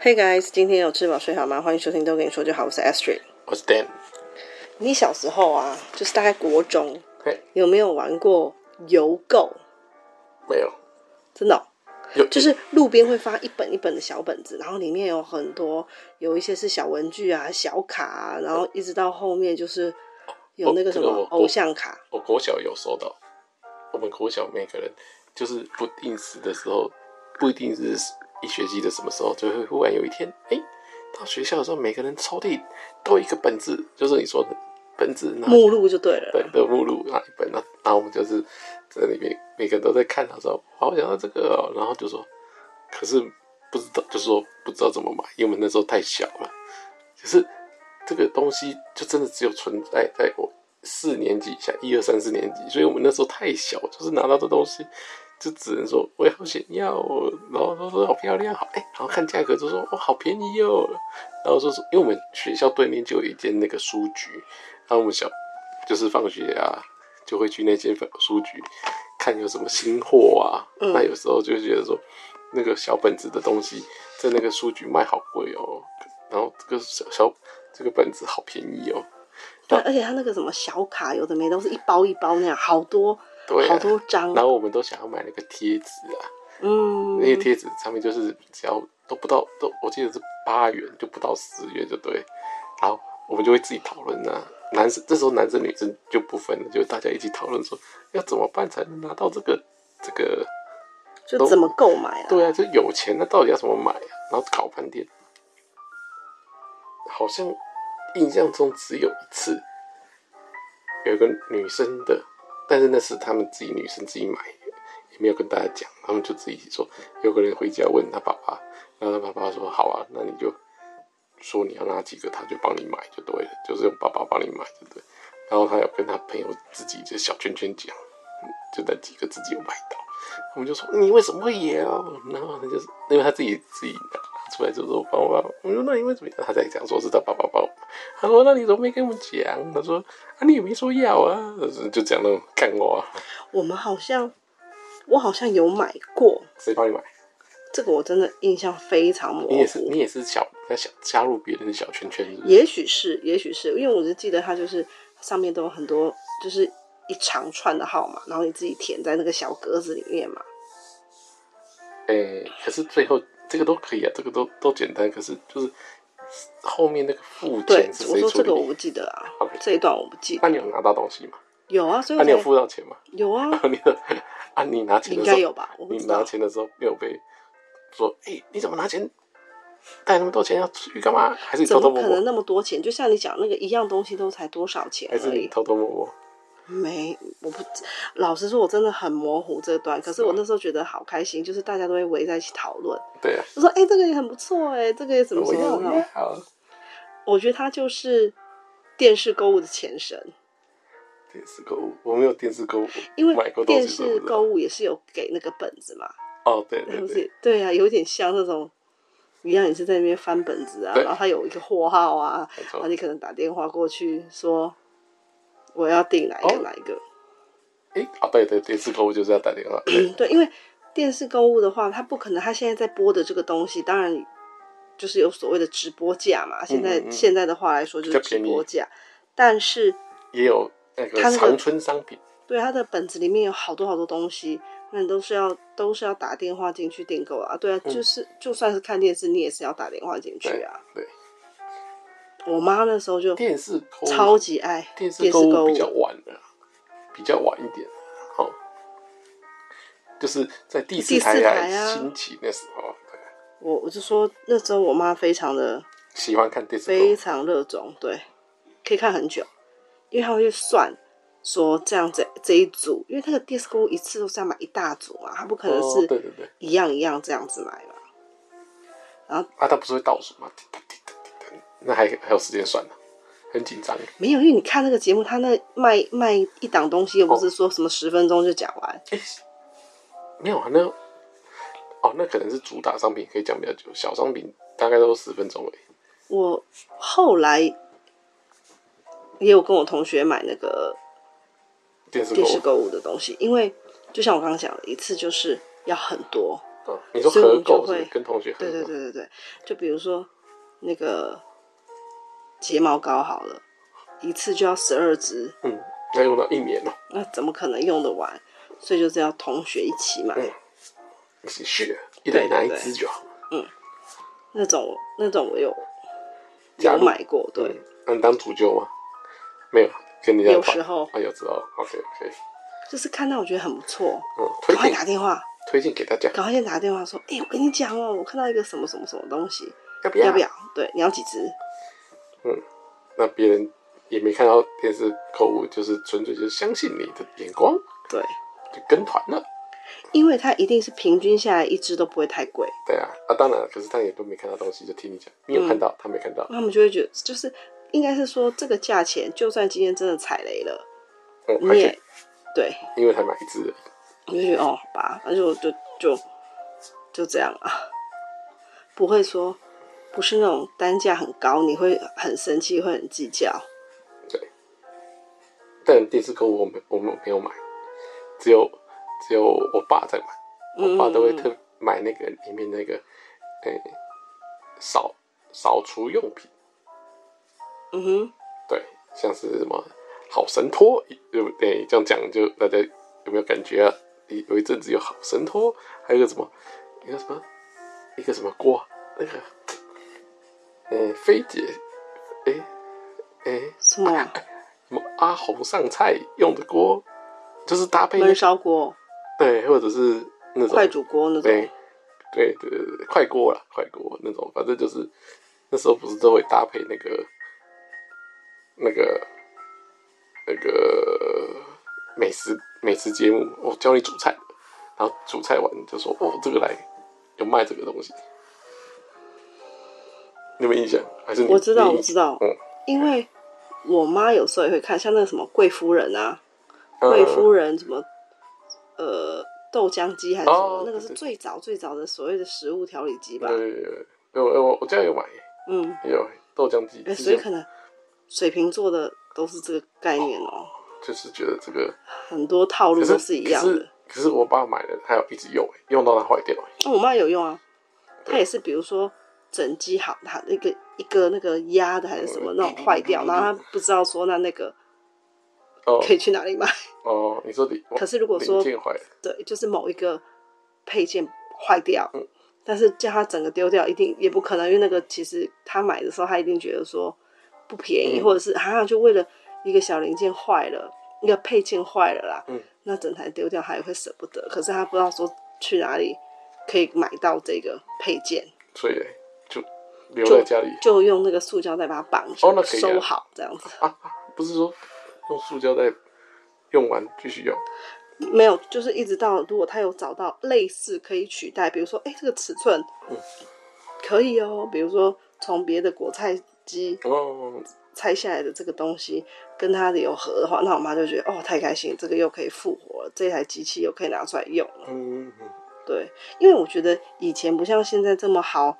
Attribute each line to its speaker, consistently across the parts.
Speaker 1: Hey guys，今天有吃饱睡好吗？欢迎收听都跟你说就好，我是 Astrid。
Speaker 2: 我是 Dan。
Speaker 1: 你小时候啊，就是大概国中，
Speaker 2: 嘿，
Speaker 1: 有没有玩过邮购？
Speaker 2: 没有，
Speaker 1: 真的哦、
Speaker 2: 有
Speaker 1: 就是路边会发一本一本的小本子，然后里面有很多，有一些是小文具啊、小卡啊，然后一直到后面就是有那个什
Speaker 2: 哦这个
Speaker 1: 么
Speaker 2: 我
Speaker 1: 偶像卡，
Speaker 2: 我国小有收到。我们国小每个人就是不定时的时候，不一定是一学期的什么时候，就会忽然有一天，哎、到学校的时候，每个人抽屉都一个本子，就是你说的本子拿
Speaker 1: 目录就对了啦。
Speaker 2: 本的目录拿一本，然后然后我们就是在里面每个人都在看，他说好想要这个、哦，然后就说，可是不知道，就说不知道怎么买，因为我们那时候太小了。可是这个东西就真的只有存在在我四年级以下，一二三四年级，所以我们那时候太小，就是拿到这东西。就只能说我也好想要、哦，然后说说好漂亮，好哎、然后看价格就说哦好便宜哦，然后说是因为我们学校对面就有一间那个书局，然后我们小就是放学啊，就会去那间书局看有什么新货啊。
Speaker 1: 嗯
Speaker 2: 那有时候就会觉得说，那个小本子的东西在那个书局卖好贵哦，然后这个小小这个本子好便宜哦。
Speaker 1: 对，而且它那个什么小卡，有的没都是一包一包那样，好多、
Speaker 2: 对、啊，
Speaker 1: 好多张
Speaker 2: 然，后我们都想要买那个贴纸啊，
Speaker 1: 嗯，
Speaker 2: 那些贴纸上面就是只要都不到，都我记得是八元，就不到十元，就对。然后我们就会自己讨论啊，男生这时候男生女生就不分了，就大家一起讨论说要怎么办才能拿到这个这个。
Speaker 1: 就怎么购买啊？
Speaker 2: 对啊，就有钱那到底要怎么买啊？然后搞半天，好像印象中只有一次，有一个女生的，但是那是他们自己女生自己买，也没有跟大家讲，他们就自己说，有个人回家问他爸爸，然后他爸爸说好啊，那你就说你要拿几个，他就帮你买就对了，就是用爸爸帮你买就对。然后他有跟他朋友自己的小圈圈讲，就那几个自己有买到。我们就说你为什么会也要？然后他就是因为他自己自己拿出来就说帮我爸爸，我说那你为什么要？他在讲说是他爸爸帮我，他说那你怎么没跟我们讲？他说啊你也没说要啊，就讲那种干我啊，
Speaker 1: 我们好像，我好像有买过，
Speaker 2: 谁帮你买？
Speaker 1: 这个我真的印象非常模糊。
Speaker 2: 你也是你也是小在小加入别人的小圈圈是不是？
Speaker 1: 也许是，也许是，因为我就记得它就是上面都有很多，就是一长串的号码，然后你自己填在那个小格子里面嘛。
Speaker 2: 哎、可是最后这个都可以啊，这个都都简单，可是就是后面那个付
Speaker 1: 对
Speaker 2: 钱是，
Speaker 1: 我
Speaker 2: 谁
Speaker 1: 说
Speaker 2: 处
Speaker 1: 这个我
Speaker 2: 理？
Speaker 1: 不记得啊
Speaker 2: OK
Speaker 1: 这一段我不记得。
Speaker 2: 那、你有拿到东西吗？
Speaker 1: 有啊，所以
Speaker 2: 那、
Speaker 1: 我
Speaker 2: 你
Speaker 1: 才
Speaker 2: 有付到钱吗？
Speaker 1: 有啊，
Speaker 2: 你的啊，你拿
Speaker 1: 你
Speaker 2: 钱
Speaker 1: 应
Speaker 2: 的时候
Speaker 1: 该有吧？我不
Speaker 2: 你
Speaker 1: 知
Speaker 2: 拿
Speaker 1: 道。
Speaker 2: 钱的时候没有被说，哎、你怎么拿钱带那么多钱要出去干嘛？还是你
Speaker 1: 怎
Speaker 2: 偷偷
Speaker 1: 么
Speaker 2: 摸
Speaker 1: 可能
Speaker 2: 摸？
Speaker 1: 那么多钱？就像你讲那个一样东西都才多少钱
Speaker 2: 还是
Speaker 1: 而
Speaker 2: 你
Speaker 1: 已，
Speaker 2: 偷偷摸摸？
Speaker 1: 没，我不，老实说，我真的很模糊这段。可是我那时候觉得好开心，就是大家都会围在一起讨论，
Speaker 2: 对啊，
Speaker 1: 就说：“哎、这个也很不错，哎，这个也怎么
Speaker 2: 我啊
Speaker 1: 怎么
Speaker 2: 要
Speaker 1: 样。”
Speaker 2: 我要，
Speaker 1: 我觉得它就是电视购物的前身，
Speaker 2: 电视购物我没有电视购物，
Speaker 1: 因为
Speaker 2: 买过东
Speaker 1: 电
Speaker 2: 西是不
Speaker 1: 视
Speaker 2: 是
Speaker 1: 购物也是有给那个本子嘛，
Speaker 2: 哦，对
Speaker 1: 是
Speaker 2: 对
Speaker 1: 不
Speaker 2: 对，
Speaker 1: 是？对啊，有点像那种一样，你是在那边翻本子啊，
Speaker 2: 对
Speaker 1: 然后它有一个货号啊，
Speaker 2: 没
Speaker 1: 然
Speaker 2: 错
Speaker 1: 后。你可能打电话过去说我要订哪一个、
Speaker 2: 哦
Speaker 1: 哪一个，
Speaker 2: 哎、啊对对，电视购物就是要打电话，对，
Speaker 1: 嗯对，因为电视购物的话，它不可能，它现在在播的这个东西，当然就是有所谓的直播价嘛。现在、
Speaker 2: 嗯嗯
Speaker 1: 现在的话来说就是
Speaker 2: 比较
Speaker 1: 直
Speaker 2: 便宜
Speaker 1: 播价，但是
Speaker 2: 也有那个
Speaker 1: 它那个
Speaker 2: 长春商品，
Speaker 1: 对它的本子里面有好多好多东西，那你都是要都是要打电话进去订购啊。对啊，
Speaker 2: 嗯
Speaker 1: 就是就算是看电视，你也是要打电话进去啊。
Speaker 2: 对
Speaker 1: 我妈那时候就
Speaker 2: 电视购物
Speaker 1: 超级爱
Speaker 2: 电视
Speaker 1: 电视
Speaker 2: 购
Speaker 1: 购
Speaker 2: 物比较
Speaker 1: 物，
Speaker 2: 晚了，比较晚一点，哦，就是在第
Speaker 1: 第
Speaker 2: 四
Speaker 1: 四
Speaker 2: 台
Speaker 1: 台啊
Speaker 2: 还兴起那时候，对，
Speaker 1: 我我就说那时候我妈非常的
Speaker 2: 喜欢看电视购
Speaker 1: 非
Speaker 2: 物，
Speaker 1: 常热衷，对，可以看很久，因为他会去算说这样这这一组，因为那个电视购物一次都是要买一大组嘛，他不可能
Speaker 2: 哦，对
Speaker 1: 是
Speaker 2: 对对，
Speaker 1: 一样一样这样子买嘛。
Speaker 2: 啊，他不是会倒数吗？滴答滴答滴答，那还还有时间算呢、很紧张。
Speaker 1: 没有，因为你看那个节目，他那卖卖一档东西，又
Speaker 2: 哦
Speaker 1: 不是说什么十分钟就讲完。
Speaker 2: 哎、没有啊，那哦，那可能是主打商品可以讲比较久，小商品大概都十分钟而已。
Speaker 1: 我后来也有跟我同学买那
Speaker 2: 哦
Speaker 1: 个
Speaker 2: 电视购
Speaker 1: 电视
Speaker 2: 物
Speaker 1: 购物的东西，因为就像我刚刚讲的，一次就是要很多，
Speaker 2: 嗯，你说
Speaker 1: 所以我
Speaker 2: 合
Speaker 1: 们就
Speaker 2: 狗是
Speaker 1: 会
Speaker 2: 不是跟同学合
Speaker 1: 对对
Speaker 2: 狗，
Speaker 1: 对对对，就比如说那个睫毛膏好了，一次就要十二支，
Speaker 2: 嗯，要用到一年哦，
Speaker 1: 那怎么可能用得完？所以就是要同学一起买。
Speaker 2: 嗯一起学，一人拿一支就好。
Speaker 1: 那种那种我有
Speaker 2: 加
Speaker 1: 有
Speaker 2: 入
Speaker 1: 买过，对，
Speaker 2: 嗯，那你当主教吗？没有，跟你在
Speaker 1: 有
Speaker 2: 团
Speaker 1: 时候
Speaker 2: 啊，有时候，OK OK，
Speaker 1: 就是看到我觉得很不错，
Speaker 2: 嗯，推
Speaker 1: 赶快
Speaker 2: 荐
Speaker 1: 打电话，
Speaker 2: 推荐给大家，
Speaker 1: 赶快先打电话说，哎、我跟你讲哦，我看到一个什么什么什么东西，
Speaker 2: 要不
Speaker 1: 要不要？对，你要几只？
Speaker 2: 那别人也没看到电视购物，就是纯粹就是相信你的眼光，
Speaker 1: 对，
Speaker 2: 就跟团了。
Speaker 1: 因为它一定是平均下来一只都不会太贵，
Speaker 2: 对啊，啊，当然，可是他也都没看到东西，就听你讲，你有看到，他没看到，
Speaker 1: 他们就会觉得就是应该是说这个价钱，就算今天真的踩雷了，
Speaker 2: 嗯，而
Speaker 1: 你也
Speaker 2: 且
Speaker 1: 对，
Speaker 2: 因为才买一只而已，
Speaker 1: 我就觉得哦，好吧，那就就就就这样啊，不会说不是那种单价很高，你会很生气，会很计较。
Speaker 2: 但电视购物我们我们没有买，只有只有我爸在买，
Speaker 1: 嗯
Speaker 2: 我爸都会特买那个里面那个，诶、扫扫除用品，
Speaker 1: 嗯哼，
Speaker 2: 对，像是什么好神拖，对不对？这样讲就大家有没有感觉啊？有有一阵子有好神拖，还有个什么，一个什么，一个什么锅，那个，呃，菲姐，哎哎，
Speaker 1: 什么啊
Speaker 2: 什么阿红上菜用的锅，就是搭配那
Speaker 1: 焖烧锅、
Speaker 2: 对，或者是那种
Speaker 1: 快煮锅那
Speaker 2: 对
Speaker 1: 种？
Speaker 2: 对对对对，快锅啦，快锅那种，反正就是那时候不是都会搭配那个那个那个美食美食节目，我、教你煮菜，然后煮菜完就说哦，这个来有卖这个东西，你有没有印象？还是你
Speaker 1: 我知道，
Speaker 2: 你
Speaker 1: 我知道，
Speaker 2: 嗯，
Speaker 1: 因为我妈有时候也会看，像那个什么贵夫人啊，
Speaker 2: 嗯
Speaker 1: 贵夫人什么，呃，豆浆机还是什么
Speaker 2: 哦，
Speaker 1: 那个是
Speaker 2: 对对
Speaker 1: 最早最早的所谓的食物调理机吧
Speaker 2: 嗯对？对对，对我我我家有买，
Speaker 1: 嗯，
Speaker 2: 有豆浆机
Speaker 1: 哎，，所以可能水瓶座的都是这个概念哦。
Speaker 2: 就是觉得这个
Speaker 1: 很多套路
Speaker 2: 可
Speaker 1: 都
Speaker 2: 是
Speaker 1: 是一样
Speaker 2: 可
Speaker 1: 的
Speaker 2: 是。可是我爸买了，他有一直用、欸，用到它坏掉、欸。
Speaker 1: 那、我妈有用啊，
Speaker 2: 对
Speaker 1: 她也是，比如说整机好，她那个一个那个压的还是什么
Speaker 2: 嗯
Speaker 1: 那种坏掉，
Speaker 2: 嗯
Speaker 1: 然后她不知道说那那个
Speaker 2: 哦
Speaker 1: 可以去哪里买。
Speaker 2: 哦，你说零，
Speaker 1: 可是如果说
Speaker 2: 零件坏了，
Speaker 1: 对，就是某一个配件坏掉
Speaker 2: 嗯，
Speaker 1: 但是叫她整个丢掉，一定也不可能，因为那个其实她买的时候，她一定觉得说不便宜，
Speaker 2: 嗯
Speaker 1: 或者是啊，就为了一个小零件坏了，一个配件坏了啦，
Speaker 2: 嗯
Speaker 1: 那整台丢掉，她也会舍不得。可是她不知道说去哪里可以买到这个配件。
Speaker 2: 所以、欸就留在家里
Speaker 1: 就用那个塑胶袋把它绑住，
Speaker 2: 哦那可以啊
Speaker 1: 收好这样子。
Speaker 2: 啊。不是说用塑胶袋用完继续用，
Speaker 1: 没有，就是一直到如果他有找到类似可以取代，比如说，哎、这个尺寸，可以哦。比如说从别的果菜机
Speaker 2: 哦，
Speaker 1: 拆下来的这个东西跟它的有合的话，那我妈就觉得哦太开心，这个又可以复活了，这台机器又可以拿出来用了。
Speaker 2: 嗯，嗯
Speaker 1: 对，因为我觉得以前不像现在这么好。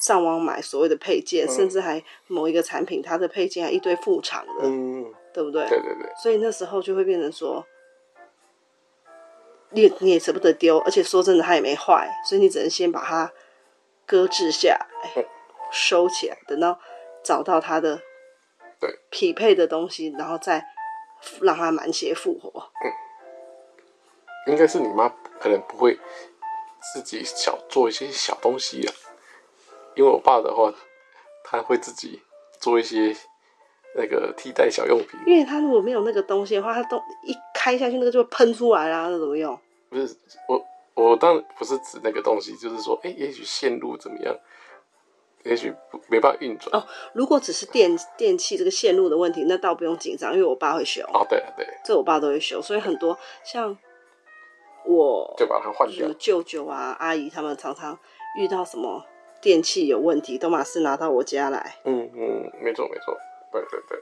Speaker 1: 上网买所谓的配件，甚至还某一个产品，它的配件还一堆副厂的，
Speaker 2: 嗯，嗯
Speaker 1: 对不对？
Speaker 2: 对对对，
Speaker 1: 所以那时候就会变成说，你也你也舍不得丢，而且说真的，它也没坏，所以你只能先把它搁置下来
Speaker 2: 嗯，
Speaker 1: 收起来，等到找到它的
Speaker 2: 对
Speaker 1: 匹配的东西，然后再让它满血复活。
Speaker 2: 应该是你妈可能不会自己小做一些小东西啊，因为我爸的话，他会自己做一些那个替代小用品，
Speaker 1: 因为它如果没有那个东西的话，它都一开下去，那个就会喷出来啦，那怎么用？
Speaker 2: 不是我，我当然不是指那个东西，就是说，哎、也许线路怎么样，也许不没办法运转。
Speaker 1: 哦如果只是电电器这个线路的问题，那倒不用紧张，因为我爸会修，
Speaker 2: 哦，对了对了，
Speaker 1: 这我爸都会修，所以很多像我
Speaker 2: 就把它换
Speaker 1: 就是什
Speaker 2: 掉
Speaker 1: 么。舅舅啊、阿姨他们常常遇到什么电器有问题，都马是拿到我家来，
Speaker 2: 嗯嗯，没错没错，对对对，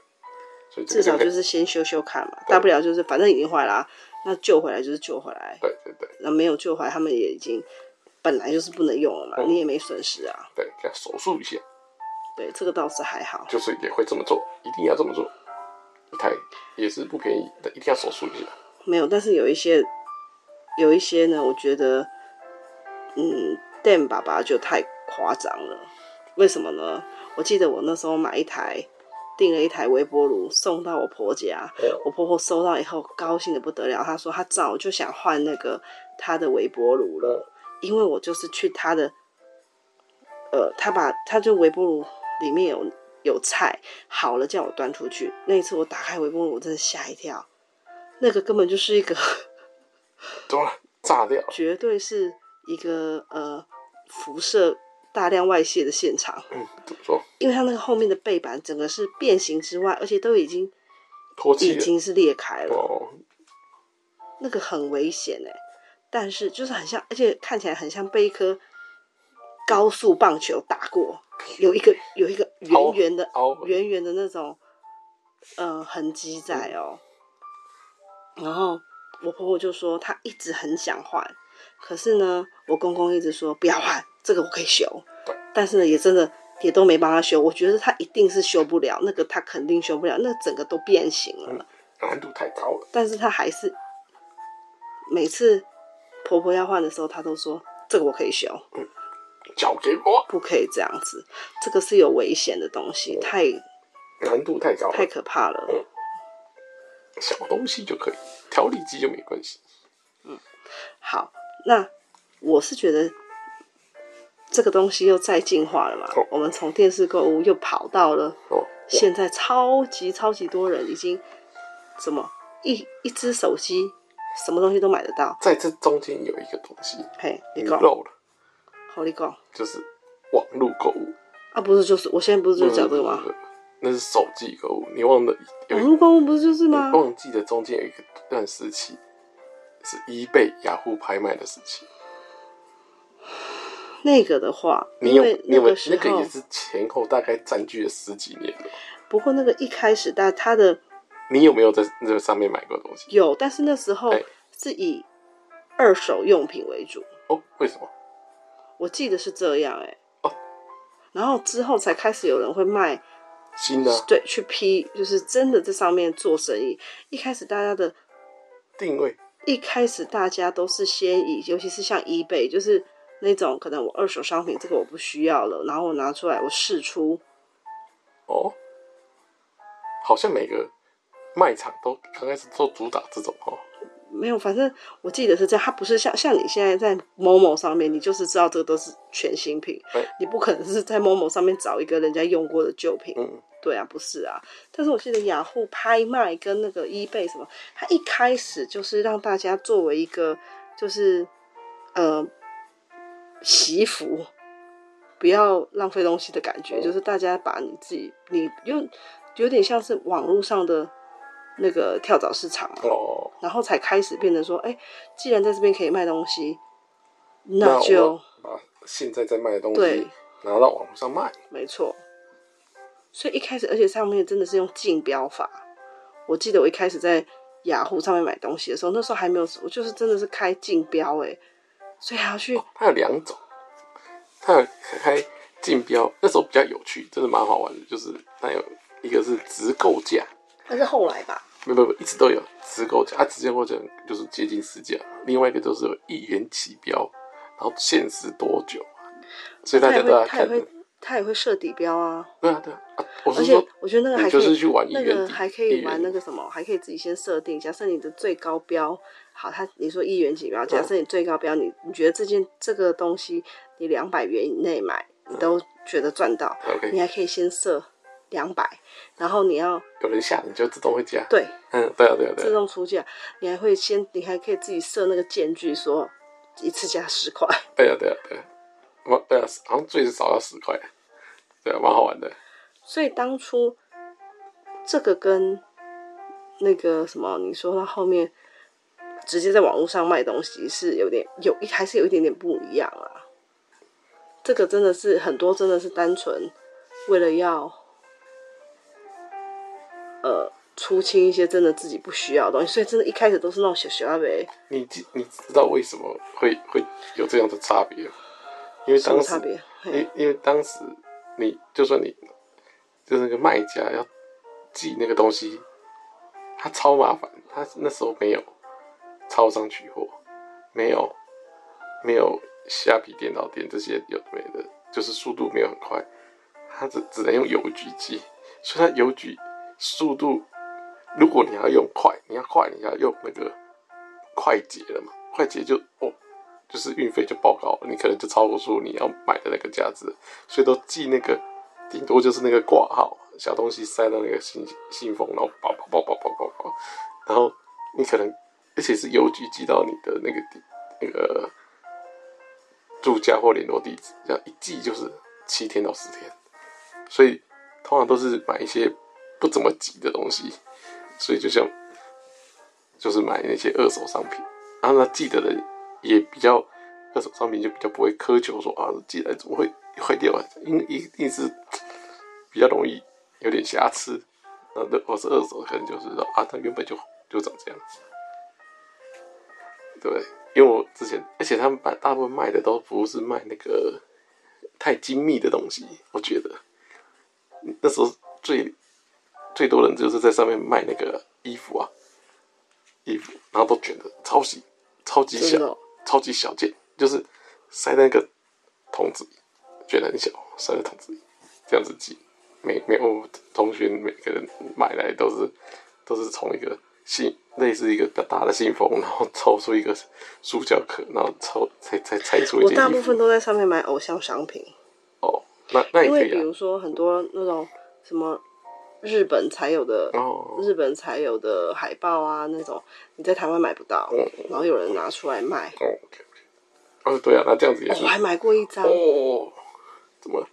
Speaker 2: 所以这
Speaker 1: 至
Speaker 2: 个
Speaker 1: 少
Speaker 2: 可以
Speaker 1: 就是先修修看嘛，大不了就是反正已经坏啦、那救回来就是救回来，
Speaker 2: 对对对
Speaker 1: 那没有救回来，他们也已经本来就是不能用了嘛，
Speaker 2: 嗯
Speaker 1: 你也没损失啊，
Speaker 2: 对，给它手术一下，
Speaker 1: 对，这个倒是还好。
Speaker 2: 就是也会这么做，一定要这么做。一台也是不便宜，但一定要手术一下。
Speaker 1: 没有，但是有一些有一些呢，我觉得嗯，Dan 爸爸就太夸张了。为什么呢？我记得我那时候买一台，订了一台微波炉送到我婆家，我婆婆收到以后高兴的不得了，她说她早就想换那个她的微波炉了，因为我就是去她的，呃，她把她就微波炉里面有有菜好了，叫我端出去。那一次我打开微波炉，我真的吓一跳，那个根本就是一个
Speaker 2: 怎么了炸掉？
Speaker 1: 绝对是一个呃辐射大量外泄的现场。
Speaker 2: 嗯，怎么说？
Speaker 1: 因为它那个后面的背板整个是变形之外，而且都已经
Speaker 2: 脱
Speaker 1: 已
Speaker 2: 气了
Speaker 1: 经是裂开了，
Speaker 2: 哦，
Speaker 1: 那个很危险哎、但是就是很像，而且看起来很像被一颗高速棒球打过，有一个有一个圆圆的
Speaker 2: 凹痕
Speaker 1: 圆圆的那种呃痕迹在哦。然后我婆婆就说她一直很想换，可是呢，我公公一直说不要换，这个我可以修
Speaker 2: 对。
Speaker 1: 但是呢，也真的也都没帮他修。我觉得他一定是修不了，那个他肯定修不了，那整个都变形了。
Speaker 2: 难度太高了，
Speaker 1: 但是她还是每次婆婆要换的时候，她都说这个我可以修，
Speaker 2: 交给我，
Speaker 1: 不可以这样子，这个是有危险的东西，太
Speaker 2: 难度太高
Speaker 1: 太
Speaker 2: 了，
Speaker 1: 可怕了。
Speaker 2: 小东西就可以，调理机就没关系。
Speaker 1: 好，那我是觉得这个东西又再进化了嘛
Speaker 2: 哦，
Speaker 1: 我们从电视购物又跑到了
Speaker 2: 哦，
Speaker 1: 现在，超级超级多人已经什么一一只手机，什么东西都买得到。
Speaker 2: 在这中间有一个东西
Speaker 1: 嘿，你
Speaker 2: 你
Speaker 1: 讲，
Speaker 2: 漏了，
Speaker 1: 好，你讲
Speaker 2: 就是网络购物。
Speaker 1: 啊，不是就是我现在不是就讲这个吗
Speaker 2: 不？是？不是不是那是手机购物，你忘了有
Speaker 1: 网
Speaker 2: 一
Speaker 1: 络购物不是就是
Speaker 2: 你
Speaker 1: 吗？
Speaker 2: 忘记了中间有一个段时期是 eBay 雅虎拍卖的时期。
Speaker 1: 那个的话，
Speaker 2: 你
Speaker 1: 因
Speaker 2: 有
Speaker 1: 为
Speaker 2: 你有没有
Speaker 1: 个时
Speaker 2: 那个
Speaker 1: 候，
Speaker 2: 也是前后大概占据了十几年了。
Speaker 1: 不过那个一开始但它的
Speaker 2: 你有没有在这上面买过东西？
Speaker 1: 有，但是那时候
Speaker 2: 哎
Speaker 1: 是以二手用品为主，
Speaker 2: 哦，为什么？
Speaker 1: 我记得是这样哎、
Speaker 2: 哦
Speaker 1: 然后之后才开始有人会卖，
Speaker 2: 新的啊
Speaker 1: 对，去批，就是真的在上面做生意。一开始大家的，
Speaker 2: 定位
Speaker 1: 一开始大家都是先以，尤其是像 eBay，就是那种可能我二手商品这个我不需要了，然后我拿出来我试出，
Speaker 2: 哦，好像每个卖场都刚开始都主打这种哦。
Speaker 1: 没有，反正我记得是这样，它不是像像你现在在某某上面，你就是知道这个都是全新品
Speaker 2: 对，
Speaker 1: 你不可能是在某某上面找一个人家用过的旧品。
Speaker 2: 嗯，
Speaker 1: 对啊，不是啊。但是我记得雅虎拍卖跟那个 eBay 什么，它一开始就是让大家作为一个就是呃惜福，不要浪费东西的感
Speaker 2: 嗯
Speaker 1: 觉，就是大家把你自己，你有有点像是网络上的那个跳蚤市场嘛。
Speaker 2: 哦，
Speaker 1: 然后才开始变成说，哎、既然在这边可以卖东西，
Speaker 2: 那
Speaker 1: 那就
Speaker 2: 我把现在在卖的东
Speaker 1: 对
Speaker 2: 西拿到网络上卖，
Speaker 1: 没错。所以一开始，而且上面真的是用竞标法。我记得我一开始在雅虎上面买东西的时候，那时候还没有，我就是真的是开竞标哎、所以还要去
Speaker 2: 它有两种，它有开竞标，那时候比较有趣，真的蛮好玩的，就是它有一个是直购价，
Speaker 1: 那是后来吧，
Speaker 2: 没有没有，一直都有直购价，它啊直接或者就是接近市价，另外一个就是有一元起标，然后限时多久，所以大
Speaker 1: 他
Speaker 2: 家
Speaker 1: 也
Speaker 2: 都要
Speaker 1: 会，他也
Speaker 2: 看，
Speaker 1: 会，他也会设底标啊。
Speaker 2: 对啊对啊，啊我
Speaker 1: 而
Speaker 2: 是
Speaker 1: 且
Speaker 2: 说
Speaker 1: 我觉得那个还
Speaker 2: 你
Speaker 1: 可
Speaker 2: 就
Speaker 1: 以，
Speaker 2: 是去玩一
Speaker 1: 那
Speaker 2: 元
Speaker 1: 个
Speaker 2: 底
Speaker 1: 还可
Speaker 2: 一
Speaker 1: 以
Speaker 2: 元
Speaker 1: 玩那个什么，还可以自己先设定。假设你的最高标，好，他你说一元几标，
Speaker 2: 嗯
Speaker 1: 假设你最高标，你你觉得这件这个东西你两百元以内买，
Speaker 2: 嗯
Speaker 1: 你都觉得赚到，你
Speaker 2: OK，
Speaker 1: 还可以先设两百，然后你要
Speaker 2: 有人下你就自动会加，
Speaker 1: 对
Speaker 2: 嗯，对啊对啊对
Speaker 1: 自
Speaker 2: 啊，
Speaker 1: 动出价，你还会先你还可以自己设那个间距，说一次加十块。
Speaker 2: 对啊对啊对啊，我对啊，好像最少要十块，对啊，蛮好玩的。
Speaker 1: 所以当初这个跟那个什么，你说到后面直接在网络上卖东西是有点有一还是有一点点不一样啊。这个真的是很多真的是单纯为了要呃出清一些真的自己不需要的东西，所以真的一开始都是那种小小阿呗，
Speaker 2: 你知你知道为什么会会有这样的差别吗？因为
Speaker 1: 什么
Speaker 2: 当时
Speaker 1: 差，别？嘿
Speaker 2: 因因为当时你就算你就是那个卖家要寄那个东西，他超麻烦，他那时候没有超商取货，没有没有虾皮电脑店这些有的没的，就是速度没有很快，它只只能用邮局寄，所以它邮局速度，如果你要用快，你要快，你要用那个快捷了嘛，快捷就哦，就是运费就报高了，你可能就超过出你要买的那个价值，所以都寄那个顶多就是那个挂号小东西塞到那个信信封，然后包包包包包包包，然后你可能而且是邮局寄到你的那个地那个。住家或联络地址，这样一寄就是七天到十天，所以通常都是买一些不怎么急的东西，所以就像就是买那些二手商品，然后呢寄的人也比较二手商品就比较不会苛求说啊寄来怎么会坏掉啊，因为一定是比较容易有点瑕疵，那如果是二手可能就是说啊它原本就就长这样子，对不对？因为我之前，而且他们把大部分卖的都不是卖那个太精密的东西，我觉得那时候最最多人就是在上面卖那个衣服啊，衣服，然后都卷的超级超级
Speaker 1: 真
Speaker 2: 小，
Speaker 1: 的哦
Speaker 2: 超级小件，就是塞在那个桶子里，卷得很小，塞在桶子里，这样子寄。每每我同学每个人买来都是都是从一个信类似一个比较大的信封，然后抽出一个塑胶壳，然后抽才才拆出一
Speaker 1: 我
Speaker 2: 件
Speaker 1: 大
Speaker 2: 衣
Speaker 1: 部分
Speaker 2: 服。
Speaker 1: 都在上面买偶像商品，
Speaker 2: 哦，那那也
Speaker 1: 因
Speaker 2: 可
Speaker 1: 为
Speaker 2: 以
Speaker 1: 比
Speaker 2: 啊。
Speaker 1: 如说很多那种什么日本才有的、
Speaker 2: 哦，
Speaker 1: 日本才有的海报啊，那种你在台湾买不到，
Speaker 2: 嗯
Speaker 1: 然后有人拿出来卖。
Speaker 2: 哦，OK，OK，哦，对啊，那这样子也
Speaker 1: 哦
Speaker 2: 是
Speaker 1: 我。还买过一张
Speaker 2: 哦，怎么了？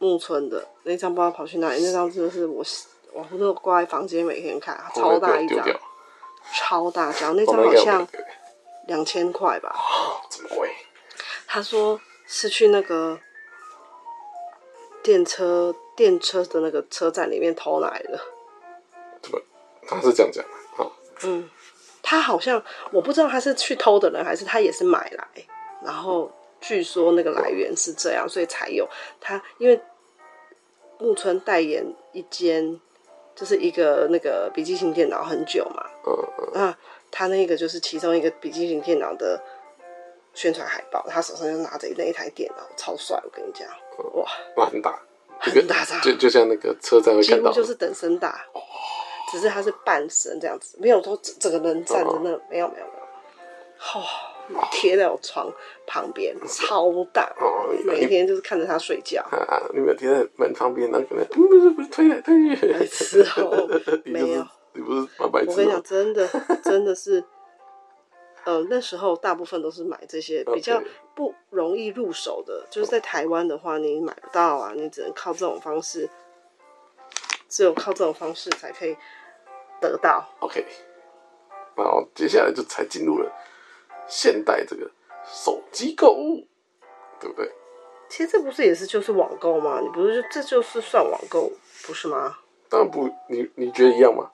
Speaker 1: 木村的那张，不知道跑去哪里。那张真的是我我都挂在房间每天看，超大一
Speaker 2: 丢
Speaker 1: 张，
Speaker 2: 掉？
Speaker 1: 超大张。那
Speaker 2: 我
Speaker 1: 张
Speaker 2: 们
Speaker 1: 好
Speaker 2: 应该
Speaker 1: 像
Speaker 2: 没有
Speaker 1: 两千块吧。
Speaker 2: 哦，怎么会？
Speaker 1: 他说是去那个电车电车的那个车站里面偷来的。
Speaker 2: 怎么？他是这样讲的。哦好，
Speaker 1: 嗯，他好像我不知道他是去偷的人，还是他也是买来，然后据说那个来源是这样，所以才有他。因为木村代言一间，就是一个那个笔记型电脑很久嘛，
Speaker 2: 嗯嗯，
Speaker 1: 那他那个就是其中一个笔记型电脑的宣传海报，他手上就拿着那一台电脑，超帅！我跟你讲，哇，
Speaker 2: 哇，很大，就
Speaker 1: 很
Speaker 2: 跟
Speaker 1: 大张，
Speaker 2: 就就像那个车站会
Speaker 1: 几
Speaker 2: 看
Speaker 1: 乎
Speaker 2: 到的，哦
Speaker 1: 就是等身大，只是他是半身这样子，没有说整整个人站
Speaker 2: 嗯
Speaker 1: 着那，没有没有没有，哦，贴在我床旁边，超大
Speaker 2: 哦，
Speaker 1: 每天就是看着他睡 觉。
Speaker 2: 啊，你没有贴在门旁边，然后可能嗯不是不是推来推
Speaker 1: 白
Speaker 2: 去，，
Speaker 1: 痴哦没
Speaker 2: 你
Speaker 1: 有，
Speaker 2: 不是，你不是蛮白
Speaker 1: 我
Speaker 2: 痴
Speaker 1: 跟你
Speaker 2: 哦
Speaker 1: 讲，，真 的真的是，呃，那时候大部分都是买这些
Speaker 2: OK
Speaker 1: 比较不容易入手的，就是在台湾的话，你买不到啊，你只能靠这种方式，只有靠这种方式才可以得到。
Speaker 2: OK，然后接下来就才进入了现代这个手机购物，对不对？
Speaker 1: 其实这不是也是就是网购吗？你不是就这就是算网购不是吗？
Speaker 2: 当然不，你你觉得一样吗？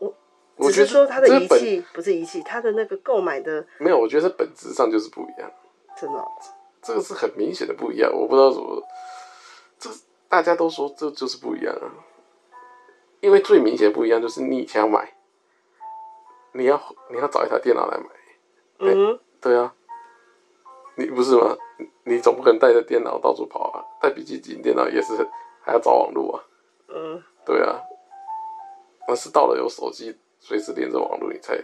Speaker 1: 我
Speaker 2: 我
Speaker 1: 只
Speaker 2: 觉
Speaker 1: 是
Speaker 2: 得
Speaker 1: 说它的
Speaker 2: 这
Speaker 1: 仪
Speaker 2: 本
Speaker 1: 器不是仪器，它的那个购买的
Speaker 2: 没有，我觉得它本质上就是不一样，
Speaker 1: 真的哦、
Speaker 2: 这个是很明显的不一样，我不知道怎么，这大家都说这就是不一样啊，因为最明显的不一样就是你以前要买，你要你要找一台电脑来买。
Speaker 1: 嗯，
Speaker 2: 对啊，你不是吗？你总不可能带着电脑到处跑啊，带笔记本电脑也是还要找网络啊。
Speaker 1: 嗯，
Speaker 2: 对啊，那是到了有手机随时连着网络，你才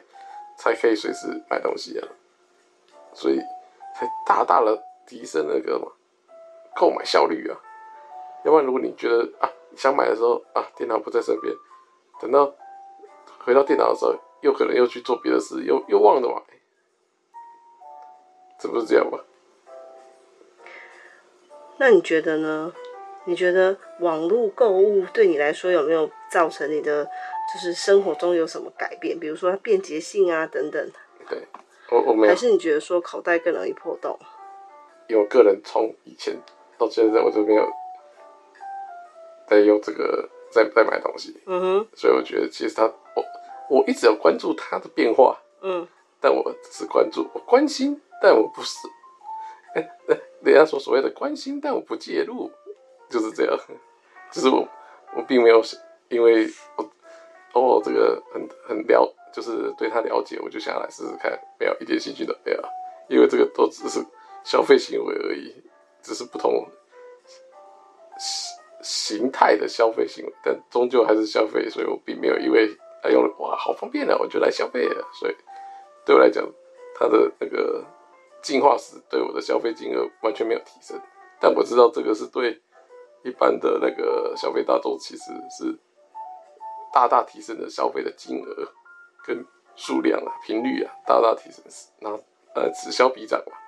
Speaker 2: 才可以随时买东西啊，所以才大大的提升那个嘛购买效率啊。要不然，如果你觉得啊想买的时候啊电脑不在身边，等到回到电脑的时候，又可能又去做别的事，又又忘了买，这不是这样吗？
Speaker 1: 那你觉得呢？你觉得网络购物对你来说有没有造成你的就是生活中有什么改变？比如说它便捷性啊等等，
Speaker 2: 对，我我没有
Speaker 1: 还，是你觉得说口袋更容易破洞？
Speaker 2: 因为我个人从以前到现在，我都没有在用这个在在买东西，
Speaker 1: 嗯哼，
Speaker 2: 所以我觉得其实它，我我一直有关注它的变化，
Speaker 1: 嗯，
Speaker 2: 但我只是关注，我关心，但我不是，哎人家说所谓的关心，但我不介入，就是这样，就是我我并没有因为我哦这个很很了，就是对他了解，我就下来试试看，没有一点兴趣都没有，因为这个都只是消费行为而已，只是不同形形态的消费行为，但终究还是消费，所以我并没有因为他用了哇好方便啊，我就来消费了，所以对我来讲，它的那个呃进化史对我的消费金额完全没有提升，但我知道这个是对一般的那个消费大众其实是大大提升了消费的金额跟数量啊、频率啊，大大提升，然后呃此消彼长嘛、啊。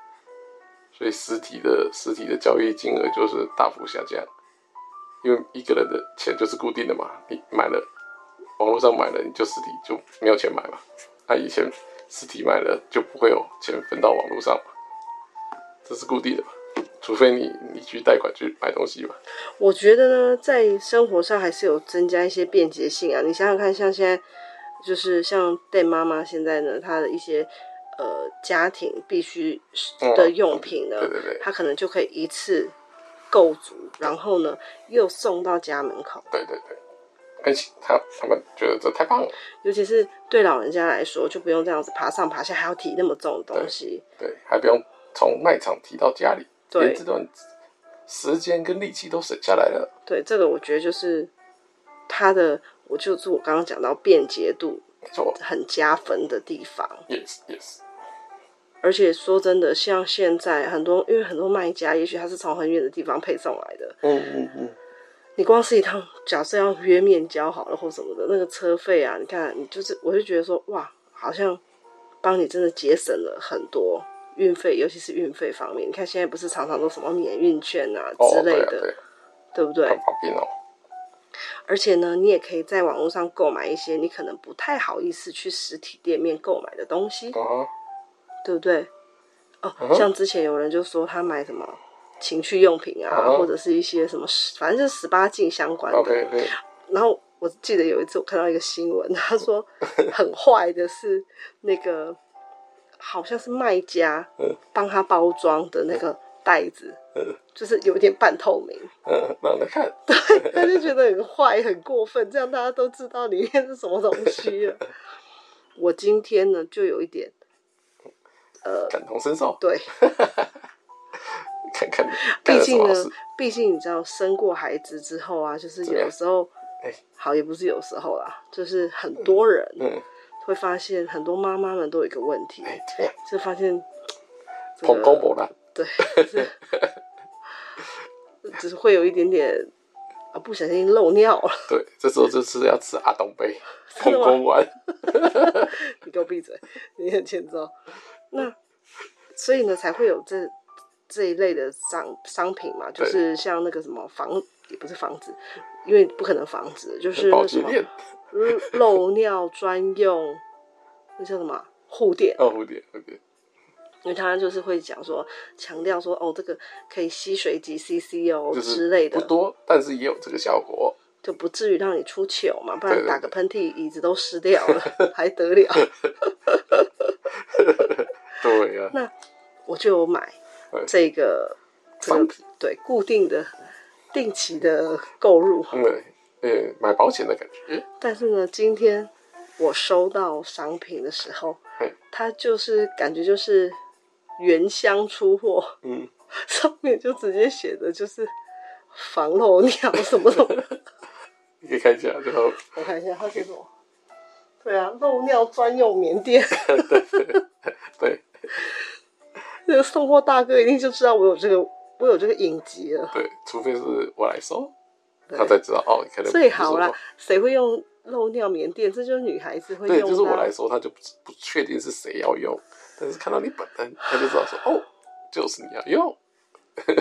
Speaker 2: 所以实体的实体的交易金额就是大幅下降，因为一个人的钱就是固定的嘛，你买了，网络上买了，你就实体就没有钱买嘛。那、啊、以前实体买了就不会有钱分到网络上嘛，这是固定的嘛，除非你你去贷款去买东西嘛。
Speaker 1: 我觉得呢，在生活上还是有增加一些便捷性啊。你想想看，像现在就是像邓妈妈现在呢，她的一些。呃，家庭必须的用品呢，
Speaker 2: 嗯、对对对
Speaker 1: 他可能就可以一次购足，然后呢又送到家门口。
Speaker 2: 对对对，而且他他们觉得这太棒了，
Speaker 1: 尤其是对老人家来说，就不用这样子爬上爬下，还要提那么重的东西，
Speaker 2: 对，对还不用从卖场提到家里，
Speaker 1: 对，
Speaker 2: 连这段时间跟力气都省下来了。
Speaker 1: 对，这个我觉得就是他的，我就是我刚刚讲到便捷度，
Speaker 2: 没错，
Speaker 1: 很加分的地方。
Speaker 2: Yes, yes.
Speaker 1: 而且说真的，像现在很多，因为很多卖家，也许他是从很远的地方配送来的。
Speaker 2: 嗯嗯嗯。
Speaker 1: 你光是一趟，假设要约面交好了或什么的，那个车费啊，你看，你就是，我就觉得说，哇，好像帮你真的节省了很多运费，尤其是运费方面。你看现在不是常常都什么免运券啊之类的，
Speaker 2: 哦、对,、啊对,啊
Speaker 1: 对不对？
Speaker 2: 很方便哦。
Speaker 1: 而且呢，你也可以在网络上购买一些你可能不太好意思去实体店面购买的东西。
Speaker 2: 啊
Speaker 1: 对不对？哦、嗯，像之前有人就说他买什么情趣用品啊，
Speaker 2: 嗯、
Speaker 1: 或者是一些什么，反正就十八禁相关的。
Speaker 2: Okay, okay.
Speaker 1: 然后我记得有一次我看到一个新闻，他 说很坏的是那个好像是卖家帮他包装的那个袋子，
Speaker 2: 嗯、
Speaker 1: 就是有点半透 明。
Speaker 2: 嗯，让他看。
Speaker 1: 对，他就觉得很坏，很过分，这样大家都知道里面是什么东西了。 我今天呢，就有一点。呃，
Speaker 2: 感同身受。
Speaker 1: 对，
Speaker 2: 看看，
Speaker 1: 毕竟呢，毕竟你知道，生过孩子之后啊，就是有时候，
Speaker 2: 哎，
Speaker 1: 好也不是有时候啦，就是很多人
Speaker 2: 嗯
Speaker 1: 会发现，很多妈妈们都有一个问题，
Speaker 2: 哎，怎么样？
Speaker 1: 就发现
Speaker 2: 捧公婆了，
Speaker 1: 对， 只是会有一点点啊，不小心漏尿了。
Speaker 2: 对，这时候就是要吃阿东 杯，捧公丸。
Speaker 1: 你给我闭嘴，你很欠揍。那，所以呢，才会有这这一类的商商品嘛，就是像那个什么防，也不是防止，因为不可能防止，就是
Speaker 2: 保
Speaker 1: 那
Speaker 2: 洁
Speaker 1: 什么
Speaker 2: 垫，
Speaker 1: 漏尿专用，那叫什么护垫，
Speaker 2: 哦，蝴蝶，蝴蝶，
Speaker 1: 因为他就是会讲说，强调说哦，这个可以吸水几 CC 哦
Speaker 2: 就是
Speaker 1: 之类
Speaker 2: 不
Speaker 1: 的，
Speaker 2: 多，但是也有这个效果。
Speaker 1: 就不至于让你出糗嘛，不
Speaker 2: 对
Speaker 1: 然
Speaker 2: 对
Speaker 1: 打个喷嚏椅子都湿掉了， 还得了？
Speaker 2: 对啊呀，
Speaker 1: 那我就有买
Speaker 2: 对
Speaker 1: 这个这
Speaker 2: 商
Speaker 1: 个
Speaker 2: 品
Speaker 1: 对固定的定期的购入，
Speaker 2: 嗯，呃，买保险的感觉，嗯
Speaker 1: 但是呢，今天我收到商品的时候
Speaker 2: 嘿，
Speaker 1: 它就是感觉就是原箱出货，
Speaker 2: 嗯，
Speaker 1: 上面就直接写的就是防漏尿什么什么。
Speaker 2: 你可以看一下，然后
Speaker 1: 我看一下它是什么？对啊，漏尿专用棉垫。
Speaker 2: 对
Speaker 1: 那个送货大哥一定就知道我有这个，我有这个隐疾了。
Speaker 2: 对，除非是我来收，
Speaker 1: 对
Speaker 2: 他才知道哦，可能
Speaker 1: 最
Speaker 2: 不是
Speaker 1: 好啦
Speaker 2: 我，
Speaker 1: 谁会用漏尿棉垫？这就是女孩子会用
Speaker 2: 对，
Speaker 1: 的啊、
Speaker 2: 就是我来说，他就不不确定是谁要用，但是看到你本人，他就知道说哦，就是你要用， 对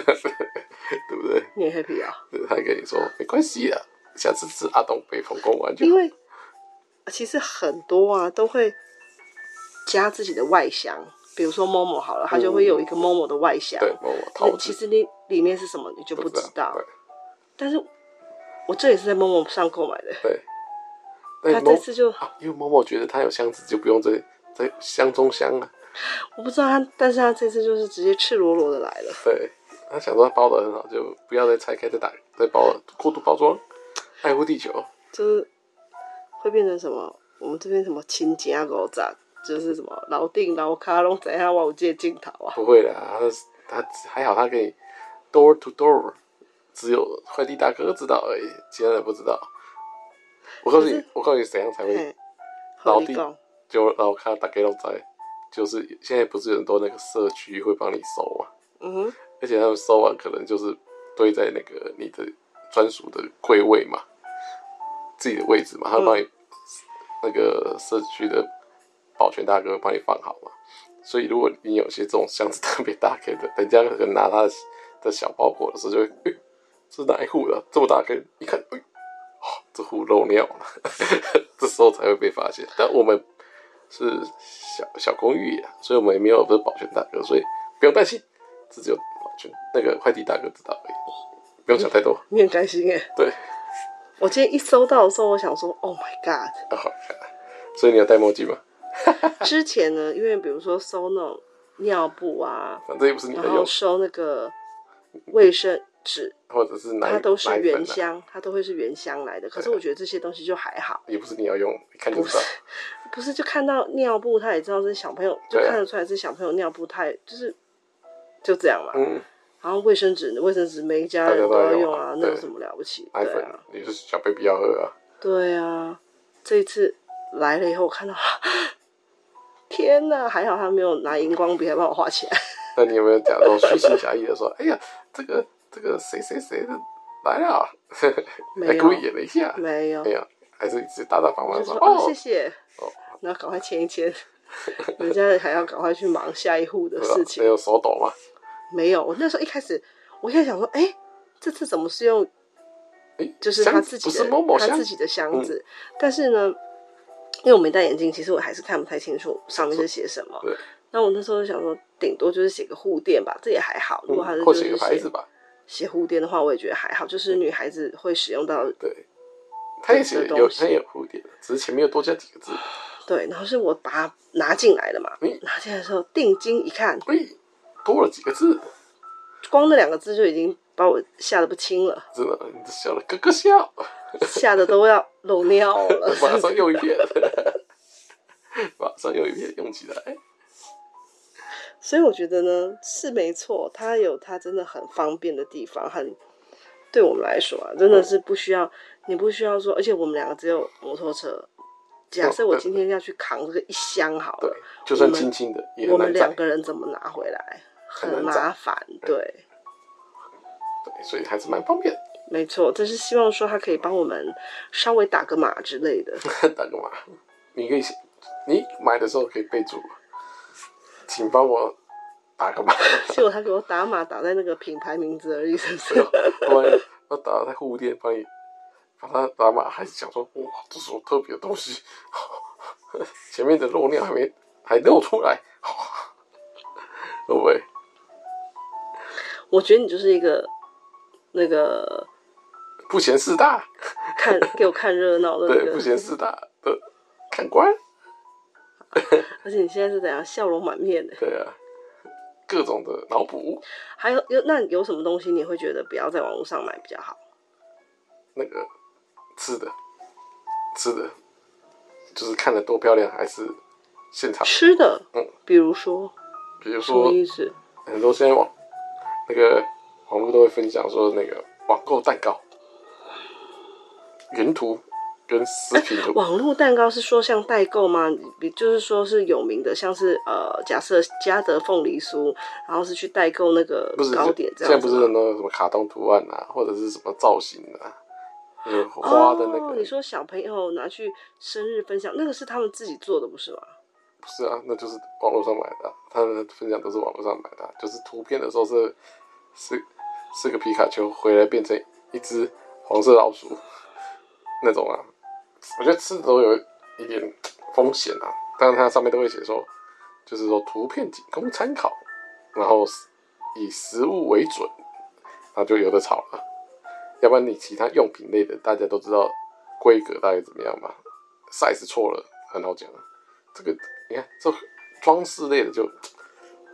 Speaker 2: 不对？
Speaker 1: 你也 happy 啊。
Speaker 2: 他还跟你说没关系的，下次吃阿东北风公丸就
Speaker 1: 因
Speaker 2: 好。
Speaker 1: 为其实很多啊都会加自己的外箱，比如说 Momo 好了，它就会有一个 Momo 的外箱。
Speaker 2: 对，某某
Speaker 1: 那
Speaker 2: 桃
Speaker 1: 其
Speaker 2: 子
Speaker 1: 实你里面是什么你就不知道。
Speaker 2: 对
Speaker 1: 但是我这也是在 Momo 上购买的，
Speaker 2: 对。
Speaker 1: 他
Speaker 2: 但
Speaker 1: 这
Speaker 2: 某
Speaker 1: 次就
Speaker 2: 啊，因为某某觉得他有箱子，就不用这这箱中箱啊。
Speaker 1: 我不知道他，但是他这次就是直接赤裸裸的来了。
Speaker 2: 对，他想说他包的很好，就不要再拆开再打再包了，过度包装，爱护地球。
Speaker 1: 就是会变成什么？我们这边什么亲家狗仔，就是什么老定老卡拢怎样，我有这个镜头啊。
Speaker 2: 不会啦，他他还好，他可以 door to door，只有快递大哥知道而已，其他人不知道。我告诉
Speaker 1: 可
Speaker 2: 你
Speaker 1: 是，哎
Speaker 2: 我告诉你怎样才会
Speaker 1: 嘿，和
Speaker 2: 老
Speaker 1: 你
Speaker 2: 弟
Speaker 1: 讲，
Speaker 2: 就然后呃看他打给老宅，就是现在不是有很多那个社区会帮你收嘛，
Speaker 1: 嗯哼，
Speaker 2: 而且他们收完可能就是堆在那个你的专属的柜位嘛，自己的位
Speaker 1: 嗯
Speaker 2: 置嘛，他会帮你、那个社区的保全大哥会帮你放好嘛。所以如果你有些这种箱子特别大开的，人家可能拿他的的小包裹的时候就会，哎、这是哪一户的？这么大根，一看，哎、哦，这户漏尿了， 这时候才会被发现。但我们是小小公寓、啊，所以我们也没有不是保全大哥，所以不用担心，这只有保全那个快递大哥知道而已，不用想太多。
Speaker 1: 你很开心哎。
Speaker 2: 对，
Speaker 1: 我今天一收到的时候，我想说，Oh my God！
Speaker 2: 啊好看。所以你要戴墨镜吗？
Speaker 1: 之前呢， 因为比如说收那种尿布啊，
Speaker 2: 反正也不是你
Speaker 1: 然
Speaker 2: 的
Speaker 1: 后
Speaker 2: 用，
Speaker 1: 收那个卫生纸，
Speaker 2: 或者是奶
Speaker 1: 它都是
Speaker 2: 奶
Speaker 1: 原
Speaker 2: 粉啊，
Speaker 1: 箱，它都会是原箱来的。可是我觉得这些东西就还好，
Speaker 2: 也不是你要用，一看就知道。
Speaker 1: 不是就看到尿布，他也知道是小朋友，就
Speaker 2: 对啊
Speaker 1: 看得出来是小朋友尿布，他也就是就这样嘛。
Speaker 2: 嗯，
Speaker 1: 然后卫生纸，卫生纸每一家
Speaker 2: 大家
Speaker 1: 人
Speaker 2: 都
Speaker 1: 都要
Speaker 2: 要
Speaker 1: 用
Speaker 2: 用
Speaker 1: 啊
Speaker 2: 啊，
Speaker 1: 那有
Speaker 2: 对
Speaker 1: 什么了不起？
Speaker 2: 奶
Speaker 1: 对
Speaker 2: 粉
Speaker 1: 啊，
Speaker 2: 也是小 baby 要喝啊。
Speaker 1: 对啊。这一次来了以后，我看到， 天哪！还好他没有拿荧光笔来帮我画起来。
Speaker 2: 那你有没有假装虚情假意的说，哎呀，这个这个谁谁谁的来了，
Speaker 1: 没
Speaker 2: 还
Speaker 1: 有
Speaker 2: 故意演了一下，
Speaker 1: 没有，
Speaker 2: 没有，还是直接打打方
Speaker 1: 我
Speaker 2: 方
Speaker 1: 就说
Speaker 2: 哎说，
Speaker 1: 哦，谢
Speaker 2: 哦，
Speaker 1: 谢
Speaker 2: 哦，
Speaker 1: 然后赶快签一签，人家还要赶快去忙下一户的事情
Speaker 2: 没。有啊哎手抖嘛，
Speaker 1: 没有，我那时候一开始，我一开始想说，哎、这次怎么是用
Speaker 2: 哎，
Speaker 1: 就是
Speaker 2: 箱
Speaker 1: 他自
Speaker 2: 子嗯
Speaker 1: 己
Speaker 2: 不是
Speaker 1: 的
Speaker 2: 某某
Speaker 1: 他
Speaker 2: 箱
Speaker 1: 自，己的箱子？但是呢，因为我没戴眼镜，其实我还是看不太清楚上面是写什么
Speaker 2: 对。
Speaker 1: 那我那时候想说，顶多就是写个护垫吧，这也还好。如果他是
Speaker 2: 嗯
Speaker 1: 就
Speaker 2: 或写
Speaker 1: 是
Speaker 2: 个牌子
Speaker 1: 写
Speaker 2: 吧，嗯
Speaker 1: 写护垫的话，我也觉得还好，就是女孩子会使用到
Speaker 2: 对。他也写
Speaker 1: 这个
Speaker 2: 有，
Speaker 1: 东西
Speaker 2: 他也有蝴蝶，只是前面又多加几个字。
Speaker 1: 对，然后是我把它拿进来了嘛
Speaker 2: 嗯，
Speaker 1: 拿进来的时候定睛一看，
Speaker 2: 喂，多了几个字，
Speaker 1: 光那两个字就已经把我吓得不轻了，
Speaker 2: 真的，你笑了，咯 咯笑，
Speaker 1: 吓得都要漏尿了。
Speaker 2: 马上用一遍，马上用一遍，用起来。
Speaker 1: 所以我觉得呢，是没错，它有它真的很方便的地方，很对我们来说啊，
Speaker 2: 哦
Speaker 1: 真的是不需要，你不需要说，而且我们两个只有摩托车。
Speaker 2: 哦
Speaker 1: 假设我今天要去扛这个一箱好
Speaker 2: 对
Speaker 1: 了，，
Speaker 2: 就算轻轻的也
Speaker 1: 我
Speaker 2: 很
Speaker 1: 们
Speaker 2: 难
Speaker 1: 两
Speaker 2: 载。
Speaker 1: 个人怎么拿回来？很
Speaker 2: 很难载
Speaker 1: 麻烦，对。
Speaker 2: 对，所以还是蛮方便。
Speaker 1: 没错，但是希望说他可以帮我们稍微打个码之类 的。
Speaker 2: 打个码，你可以，你买的时候可以备注，请帮我打个码，
Speaker 1: 结果他给我打码打在那个品牌名字而已，是不
Speaker 2: 不要
Speaker 1: 是？
Speaker 2: 不然我打在护垫帮你帮他打码，还想说哇，这是我特别的东西， 前面的肉量还没还露出来，会不会？
Speaker 1: 我觉得你就是一个那个
Speaker 2: 不嫌事大，
Speaker 1: 看给我看热闹的那
Speaker 2: 对，不
Speaker 1: 个，
Speaker 2: 嫌事大的看官，
Speaker 1: 而且你现在是怎样笑容满面的？
Speaker 2: 对啊，各种的脑补。
Speaker 1: 还有有那有什么东西你会觉得不要在网络上买比较好？
Speaker 2: 那个吃的，吃的，就是看着多漂亮，还是现场。
Speaker 1: 吃的
Speaker 2: 嗯，
Speaker 1: 比如说
Speaker 2: 比如
Speaker 1: 什
Speaker 2: 说
Speaker 1: 么，意思？
Speaker 2: 很多现在网那个网络都会分享说，那个网购蛋糕、原图跟食品图，
Speaker 1: 网络蛋糕是说像代购吗？比就是说是有名的，像是呃，假设嘉德凤梨酥，然后是去代购那个
Speaker 2: 不是
Speaker 1: 糕点这
Speaker 2: 现
Speaker 1: 样子吗。
Speaker 2: 在不是很多什么卡通图案啊，或者是什么造型啊，有花的那个，
Speaker 1: 哦。你说小朋友拿去生日分享，那个是他们自己做的，不是吗？
Speaker 2: 不是啊，那就是网络上买的啊、他们的分享都是网络上买的啊、就是图片的时候是是是个皮卡丘，回来变成一只黄色老鼠 那种啊。我觉得吃的都有一点风险啊，但是它上面都会写说，就是说图片仅供参考，然后以食物为准，那就有的炒了。要不然你其他用品类的，大家都知道规格大概怎么样嘛，size 错了很好讲啊。这个你看这装饰类的就，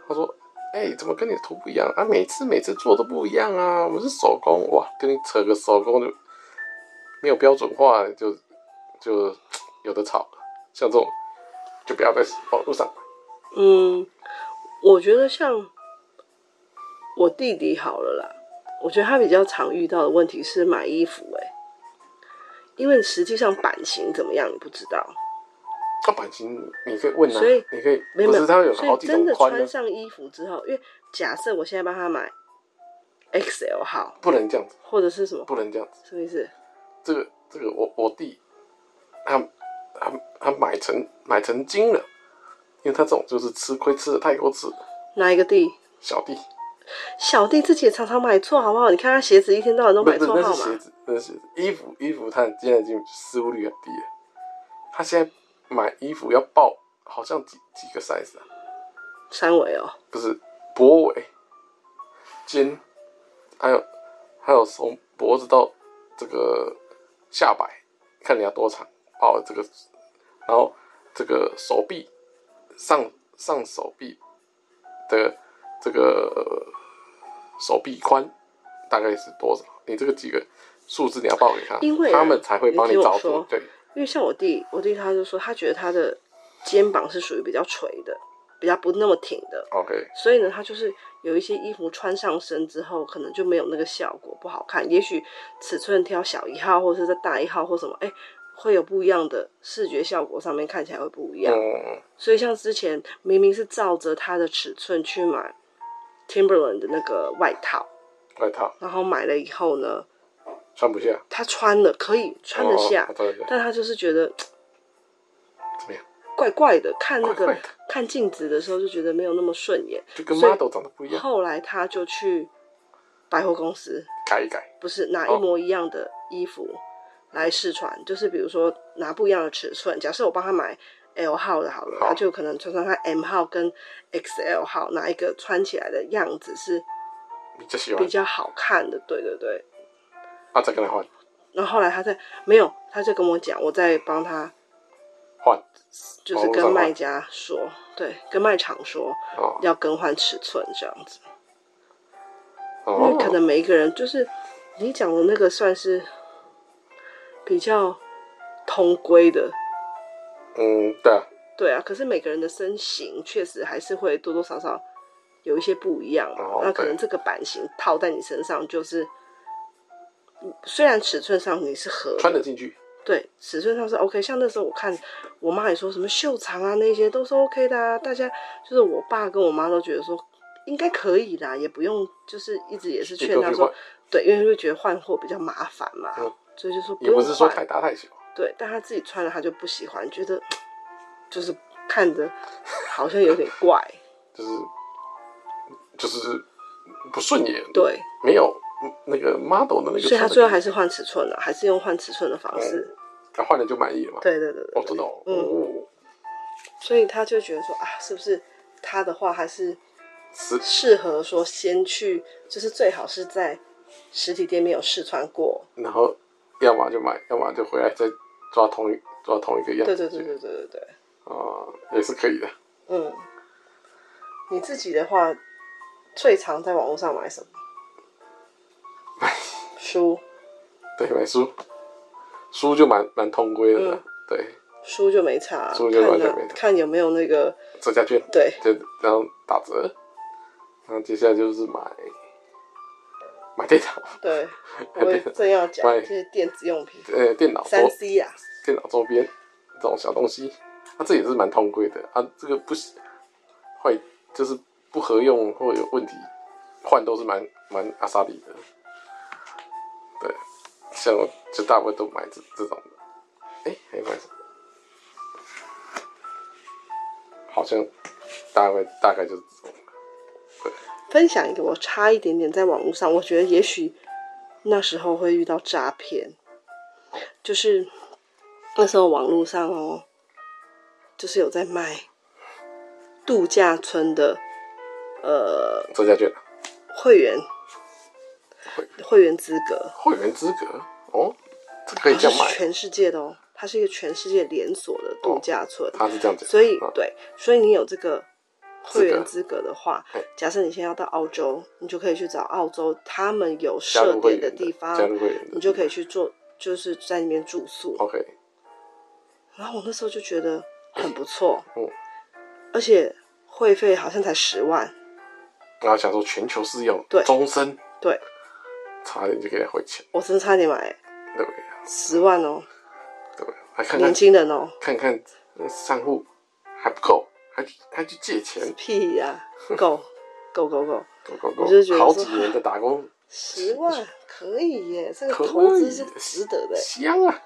Speaker 2: 他说，哎、怎么跟你的图不一样啊？每次每次做都不一样啊，我们是手工哇，跟你扯个手工就没有标准化，就就有的吵了。像这种啊就不要在网络上买，
Speaker 1: 嗯，我觉得像我弟弟好了啦，我觉得他比较常遇到的问题是买衣服、欸，哎，因为实际上版型怎么样你不知道，
Speaker 2: 它版型你可以问啊
Speaker 1: 所以，
Speaker 2: 你可以
Speaker 1: 没有
Speaker 2: 不是它有
Speaker 1: 所以
Speaker 2: 好几
Speaker 1: 真
Speaker 2: 种
Speaker 1: 的
Speaker 2: 宽的
Speaker 1: 穿，上衣服之后，因为假设我现在帮他买 XL 号
Speaker 2: 不能这样子，
Speaker 1: 或者是什么，
Speaker 2: 不能这样子。
Speaker 1: 什么意思？
Speaker 2: 这个这个我我弟，他他他买成买成精了，因为他这种就是吃亏吃的太过吃，
Speaker 1: 哪一个弟？
Speaker 2: 小弟
Speaker 1: 小弟自己也常常买错，好不好？你看他鞋子一天到晚都
Speaker 2: 不
Speaker 1: 买
Speaker 2: 是
Speaker 1: 错
Speaker 2: 那
Speaker 1: 号
Speaker 2: 是鞋
Speaker 1: 码，
Speaker 2: 子，那是鞋子衣服衣服，他现在已经失误率很低了，他现在买衣服要报好像几几个 size 啊，
Speaker 1: 三围哦，
Speaker 2: 不是脖围、肩，还有还有从脖子到这个下摆，看你要多长哦，这个，然后这个手臂上上手臂的这个手臂宽大概是多少？你这个几个数字你要报给他，
Speaker 1: 因为啊
Speaker 2: 他们才会帮你
Speaker 1: 你听我
Speaker 2: 找出
Speaker 1: 说
Speaker 2: 对。
Speaker 1: 因为像我弟，我弟他就说他觉得他的肩膀是属于比较垂的，比较不那么挺的，
Speaker 2: OK，
Speaker 1: 所以呢，他就是有一些衣服穿上身之后，可能就没有那个效果，不好看。也许尺寸挑小一号，或者是再大一号，或什么，哎、会有不一样的视觉效果，上面看起来会不一样。
Speaker 2: 嗯，
Speaker 1: 所以像之前明明是照着他的尺寸去买 Timberland 的那个外套，
Speaker 2: 外套
Speaker 1: 然后买了以后呢，
Speaker 2: 穿不下，
Speaker 1: 他穿了可以穿得下，
Speaker 2: 哦穿得下，
Speaker 1: 但他就是觉得
Speaker 2: 怎么样？
Speaker 1: 怪怪的，看那个
Speaker 2: 怪怪的
Speaker 1: 看镜子的时候就觉得没有那么顺眼。
Speaker 2: 就跟
Speaker 1: 所以
Speaker 2: model 长得不一样，
Speaker 1: 后来他就去百货公司，
Speaker 2: 改一改。
Speaker 1: 不是拿
Speaker 2: 哦
Speaker 1: 一模一样的衣服来试穿，就是比如说拿不一样的尺寸。假设我帮他买 L 号的好了，
Speaker 2: 好
Speaker 1: 他就可能穿穿看 M 号跟 XL 号哪一个穿起来的样子是
Speaker 2: 比较喜欢
Speaker 1: 比，较好看的。对对对。
Speaker 2: 那再跟他换
Speaker 1: 然后后来他在没有，他就跟我讲，我在帮他
Speaker 2: 换
Speaker 1: 就是
Speaker 2: 网络上
Speaker 1: 跟
Speaker 2: 吗
Speaker 1: 卖家说，对，跟卖场说
Speaker 2: 哦
Speaker 1: 要更换尺寸这样子。因
Speaker 2: 哦
Speaker 1: 为，可能每一个人就是你讲的那个算是比较同归的，
Speaker 2: 嗯，对啊，
Speaker 1: 对啊。可是每个人的身形确实还是会多多少少有一些不一样嘛
Speaker 2: 哦
Speaker 1: 那可
Speaker 2: 对
Speaker 1: 能这个版型套在你身上就是，嗯虽然尺寸上你是合
Speaker 2: 穿得进去，
Speaker 1: 对，尺寸上是 OK。像那时候我看我妈也说什么袖长啊那些都是 OK 的啊，大家就是我爸跟我妈都觉得说应该可以啦，也不用就是一直也是
Speaker 2: 你
Speaker 1: 劝
Speaker 2: 都
Speaker 1: 他
Speaker 2: 去
Speaker 1: 说
Speaker 2: 换，
Speaker 1: 对，因为会觉得换货比较麻烦嘛，
Speaker 2: 嗯
Speaker 1: 所以就说不
Speaker 2: 也不是
Speaker 1: 用
Speaker 2: 说太
Speaker 1: 换。
Speaker 2: 大太小，
Speaker 1: 对，但他自己穿了他就不喜欢，觉得就是看着好像有点怪。
Speaker 2: 就是就是不顺眼，
Speaker 1: 对，
Speaker 2: 没有嗯那个 model 的那个穿得进去，
Speaker 1: 所
Speaker 2: 嗯
Speaker 1: 以他最后还是换尺寸了，还是用换尺寸的方式。
Speaker 2: 他换了就满意了嘛？
Speaker 1: 对对对对
Speaker 2: 哦，真的哦，
Speaker 1: 嗯
Speaker 2: 哦
Speaker 1: 所以他就觉得说啊，是不是他的话还是
Speaker 2: 是
Speaker 1: 适合说先去，就是最好是在实体店没有试穿过。
Speaker 2: 然后要么就买，要么就回来再抓同一抓同一个样
Speaker 1: 对
Speaker 2: 子，
Speaker 1: 对对对对对对，
Speaker 2: 啊，也是可以的。
Speaker 1: 嗯。你自己的话，最常在网络上买什么？ 书，
Speaker 2: 对，买书，书就蛮蛮通规的啦，
Speaker 1: 嗯
Speaker 2: 对，
Speaker 1: 书就没差，
Speaker 2: 书就完
Speaker 1: 看
Speaker 2: 全
Speaker 1: 啊
Speaker 2: 没差
Speaker 1: 看有没有那个
Speaker 2: 折价券，
Speaker 1: 对
Speaker 2: 就然后打折，然后接下来就是买买电脑，
Speaker 1: 对，我也正要讲
Speaker 2: 买
Speaker 1: 这些电子用品，
Speaker 2: 呃，电脑
Speaker 1: 三
Speaker 2: 周
Speaker 1: C 啊呀、
Speaker 2: 电脑周边这种小东西，啊，这也是蛮通规的啊，这个不行坏就是不合用或有问题，换都是蛮蛮阿萨里的，对，像我就大部分都买这这种的，哎、还买什么？好像大概大概就是这种。
Speaker 1: 分享一个我差一点点在网络上，我觉得也许那时候会遇到诈骗，就是那时候网络上哦，就是有在卖度假村的呃
Speaker 2: 折价券啊
Speaker 1: 会员
Speaker 2: 会
Speaker 1: 会员资格，
Speaker 2: 会员资格哦，这可以这
Speaker 1: 它
Speaker 2: 样买
Speaker 1: 是，全世界的哦，它是一个全世界连锁的度假村，
Speaker 2: 他是这样讲，
Speaker 1: 所以
Speaker 2: 哦嗯
Speaker 1: 对，所以你有这个会员
Speaker 2: 资
Speaker 1: 资格的话
Speaker 2: 嘿，
Speaker 1: 假设你现在要到澳洲，你就可以去找澳洲他们有
Speaker 2: 加
Speaker 1: 设
Speaker 2: 入会
Speaker 1: 点
Speaker 2: 员
Speaker 1: 地方
Speaker 2: 加，入会员的
Speaker 1: 你就可以去做，就是在那边住宿。
Speaker 2: OK，
Speaker 1: 然后我那时候就觉得很不错
Speaker 2: 嗯，
Speaker 1: 而且会费好像才十万，
Speaker 2: 然后想说全球适用，
Speaker 1: 对
Speaker 2: 终身，
Speaker 1: 对，
Speaker 2: 差点就给他汇钱，
Speaker 1: 我真的差点买
Speaker 2: 对不对？
Speaker 1: 十万哦，
Speaker 2: 对不对？来看看
Speaker 1: 年轻人哦，
Speaker 2: 看看那散户还不够，还去还去借钱，
Speaker 1: 屁呀、够够够够，
Speaker 2: 够够够
Speaker 1: 我就觉得，说
Speaker 2: 好几年的打工
Speaker 1: 十 万可以耶，这个
Speaker 2: 可以
Speaker 1: 投资是值得的耶。欸
Speaker 2: 香啊！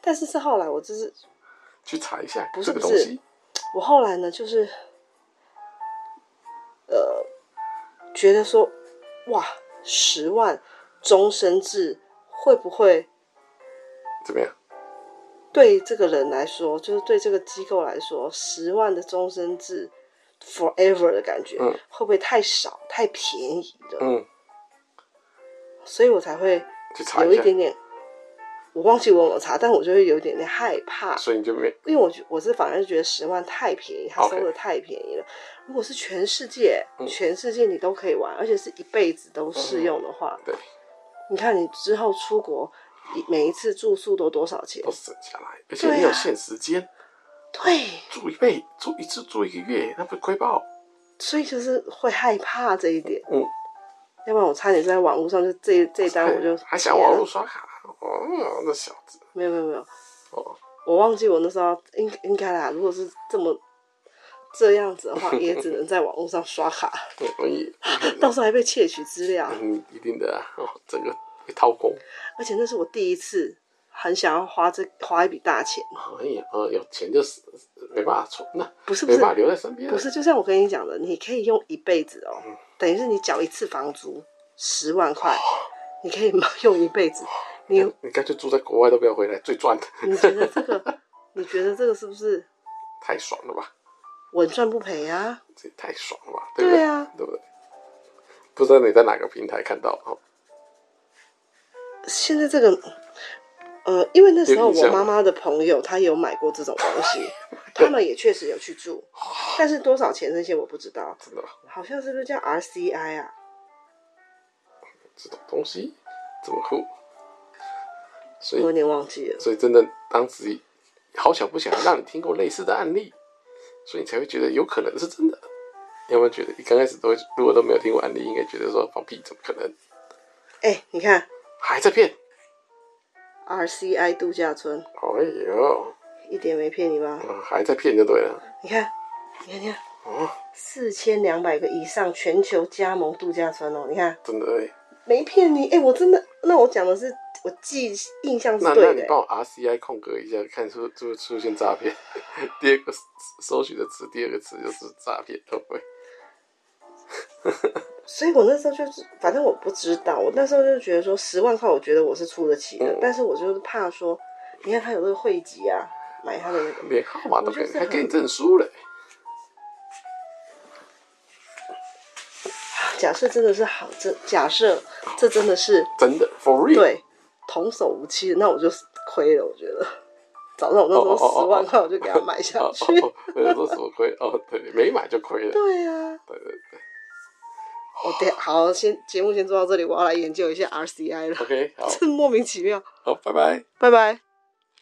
Speaker 1: 但是是后来我就是
Speaker 2: 去查一下
Speaker 1: 不是
Speaker 2: 这个东
Speaker 1: 不是
Speaker 2: 西，
Speaker 1: 我后来呢，就是呃，觉得说，哇，十万终身制会不会
Speaker 2: 怎么样？
Speaker 1: 对这个人来说，就是对这个机构来说，十万的终身制 forever 的感觉，
Speaker 2: 嗯
Speaker 1: 会不会太少、太便宜了？
Speaker 2: 嗯，
Speaker 1: 所以我才会
Speaker 2: 去查
Speaker 1: 有
Speaker 2: 一
Speaker 1: 一
Speaker 2: 下，
Speaker 1: 点点，我忘记我有没有查，但我就会有一点点害怕。
Speaker 2: 所以你就没
Speaker 1: 因为我觉我是反而觉得十万太便宜，他
Speaker 2: OK 嗯
Speaker 1: 收的太便宜了。如果是全世界，全世界你都可以玩，而且是一辈子都适用的话，
Speaker 2: 对，
Speaker 1: 你看你之后出国，一每一次住宿都多少钱
Speaker 2: 都？省下来，而且
Speaker 1: 对啊
Speaker 2: 你有限时间，
Speaker 1: 对，
Speaker 2: 住一辈住一次住一个月，那不亏爆？
Speaker 1: 所以就是会害怕这一点。
Speaker 2: 嗯，
Speaker 1: 要不然我差点在网络上就这这一单我就嗯
Speaker 2: 还想网络刷卡，哦，那小子，
Speaker 1: 没有没有没有，
Speaker 2: 哦，
Speaker 1: 我忘记我那时候应应该啦。如果是这么这样子的话，也只能在网络上刷 卡，
Speaker 2: 对我也，
Speaker 1: 到时候还被窃取资料。
Speaker 2: 嗯，一定的啊，哦，整个被掏空，
Speaker 1: 而且那是我第一次很想要花这花一笔大钱，
Speaker 2: 哎呀，呃，有钱就是没办法存了，
Speaker 1: 不是不
Speaker 2: 没
Speaker 1: 是
Speaker 2: 办法留在身边，
Speaker 1: 不是，就像我跟你讲的，你可以用一辈子哦，
Speaker 2: 嗯
Speaker 1: 等于是你缴一次房租十万块，
Speaker 2: 哦
Speaker 1: 你可以用一辈子。你
Speaker 2: 你你干脆住在国外都不要回来，最赚的，
Speaker 1: 你觉得这个，你觉得这个是不是
Speaker 2: 太爽了吧？
Speaker 1: 稳赚不赔啊？
Speaker 2: 这也太爽了吧？不对？
Speaker 1: 对啊，
Speaker 2: 对不对？不知道你在哪个平台看到哦，
Speaker 1: 现在这个，呃，因为那时候
Speaker 2: 有印象
Speaker 1: 我妈妈的朋友她有买过这种东 西，他们也确实有去住，但是多少钱那些我不知道，
Speaker 2: 真的吧？
Speaker 1: 好像是不是叫 RCI 啊？
Speaker 2: 这种东西这么酷，所
Speaker 1: 我
Speaker 2: 以
Speaker 1: 有点忘记了。
Speaker 2: 所以真的当时好巧不巧让你听过类似的案例，所以你才会觉得有可能是真的。要不然觉得你刚开始都会，如果都没有听过案例，应该觉得说放屁，怎么可能
Speaker 1: 哎、你看。
Speaker 2: 还在骗？
Speaker 1: RCI 度假村，
Speaker 2: 哎呦，
Speaker 1: 一点没骗你吧？
Speaker 2: 嗯还在骗就对了。
Speaker 1: 你看，你看，你看，
Speaker 2: 哦，
Speaker 1: 四千两百个以上全球加盟度假村哦，你看
Speaker 2: 真的哎。
Speaker 1: 没骗你，哎、我真的，那我讲的是我记印象是
Speaker 2: 那那
Speaker 1: 对
Speaker 2: 你
Speaker 1: 的、欸
Speaker 2: 帮我 RCI 空格一下，看出出出现诈骗。 第二个搜取的词，第二个词就是诈骗，会不会？
Speaker 1: 所以我那时候就是，反正我不知道，我那时候就觉得说十万块，我觉得我是出得起的，
Speaker 2: 嗯
Speaker 1: 但是我就是怕说，你看他有这个汇集啊，买他的那个，
Speaker 2: 连号码都给
Speaker 1: 我就
Speaker 2: 你，
Speaker 1: 是
Speaker 2: 还
Speaker 1: 很
Speaker 2: 给你证书嘞。
Speaker 1: 假设真的是好，这假设这真的是
Speaker 2: 真的 for real。，
Speaker 1: 对，童叟无欺的，那我就是亏了，我觉得。早上我那时
Speaker 2: 哦哦哦
Speaker 1: 候
Speaker 2: 哦
Speaker 1: 十万块，我就给他买下
Speaker 2: 哦
Speaker 1: 去。
Speaker 2: 哦哦，我说什么亏？哦，对，没买就亏了。
Speaker 1: 对呀、
Speaker 2: 对对对
Speaker 1: 我得好，先 节目先做到这里，我要来研究一下 RCI 了，
Speaker 2: ，OK，好，Oh,
Speaker 1: 真莫名其妙。
Speaker 2: 好，拜拜。
Speaker 1: 拜拜。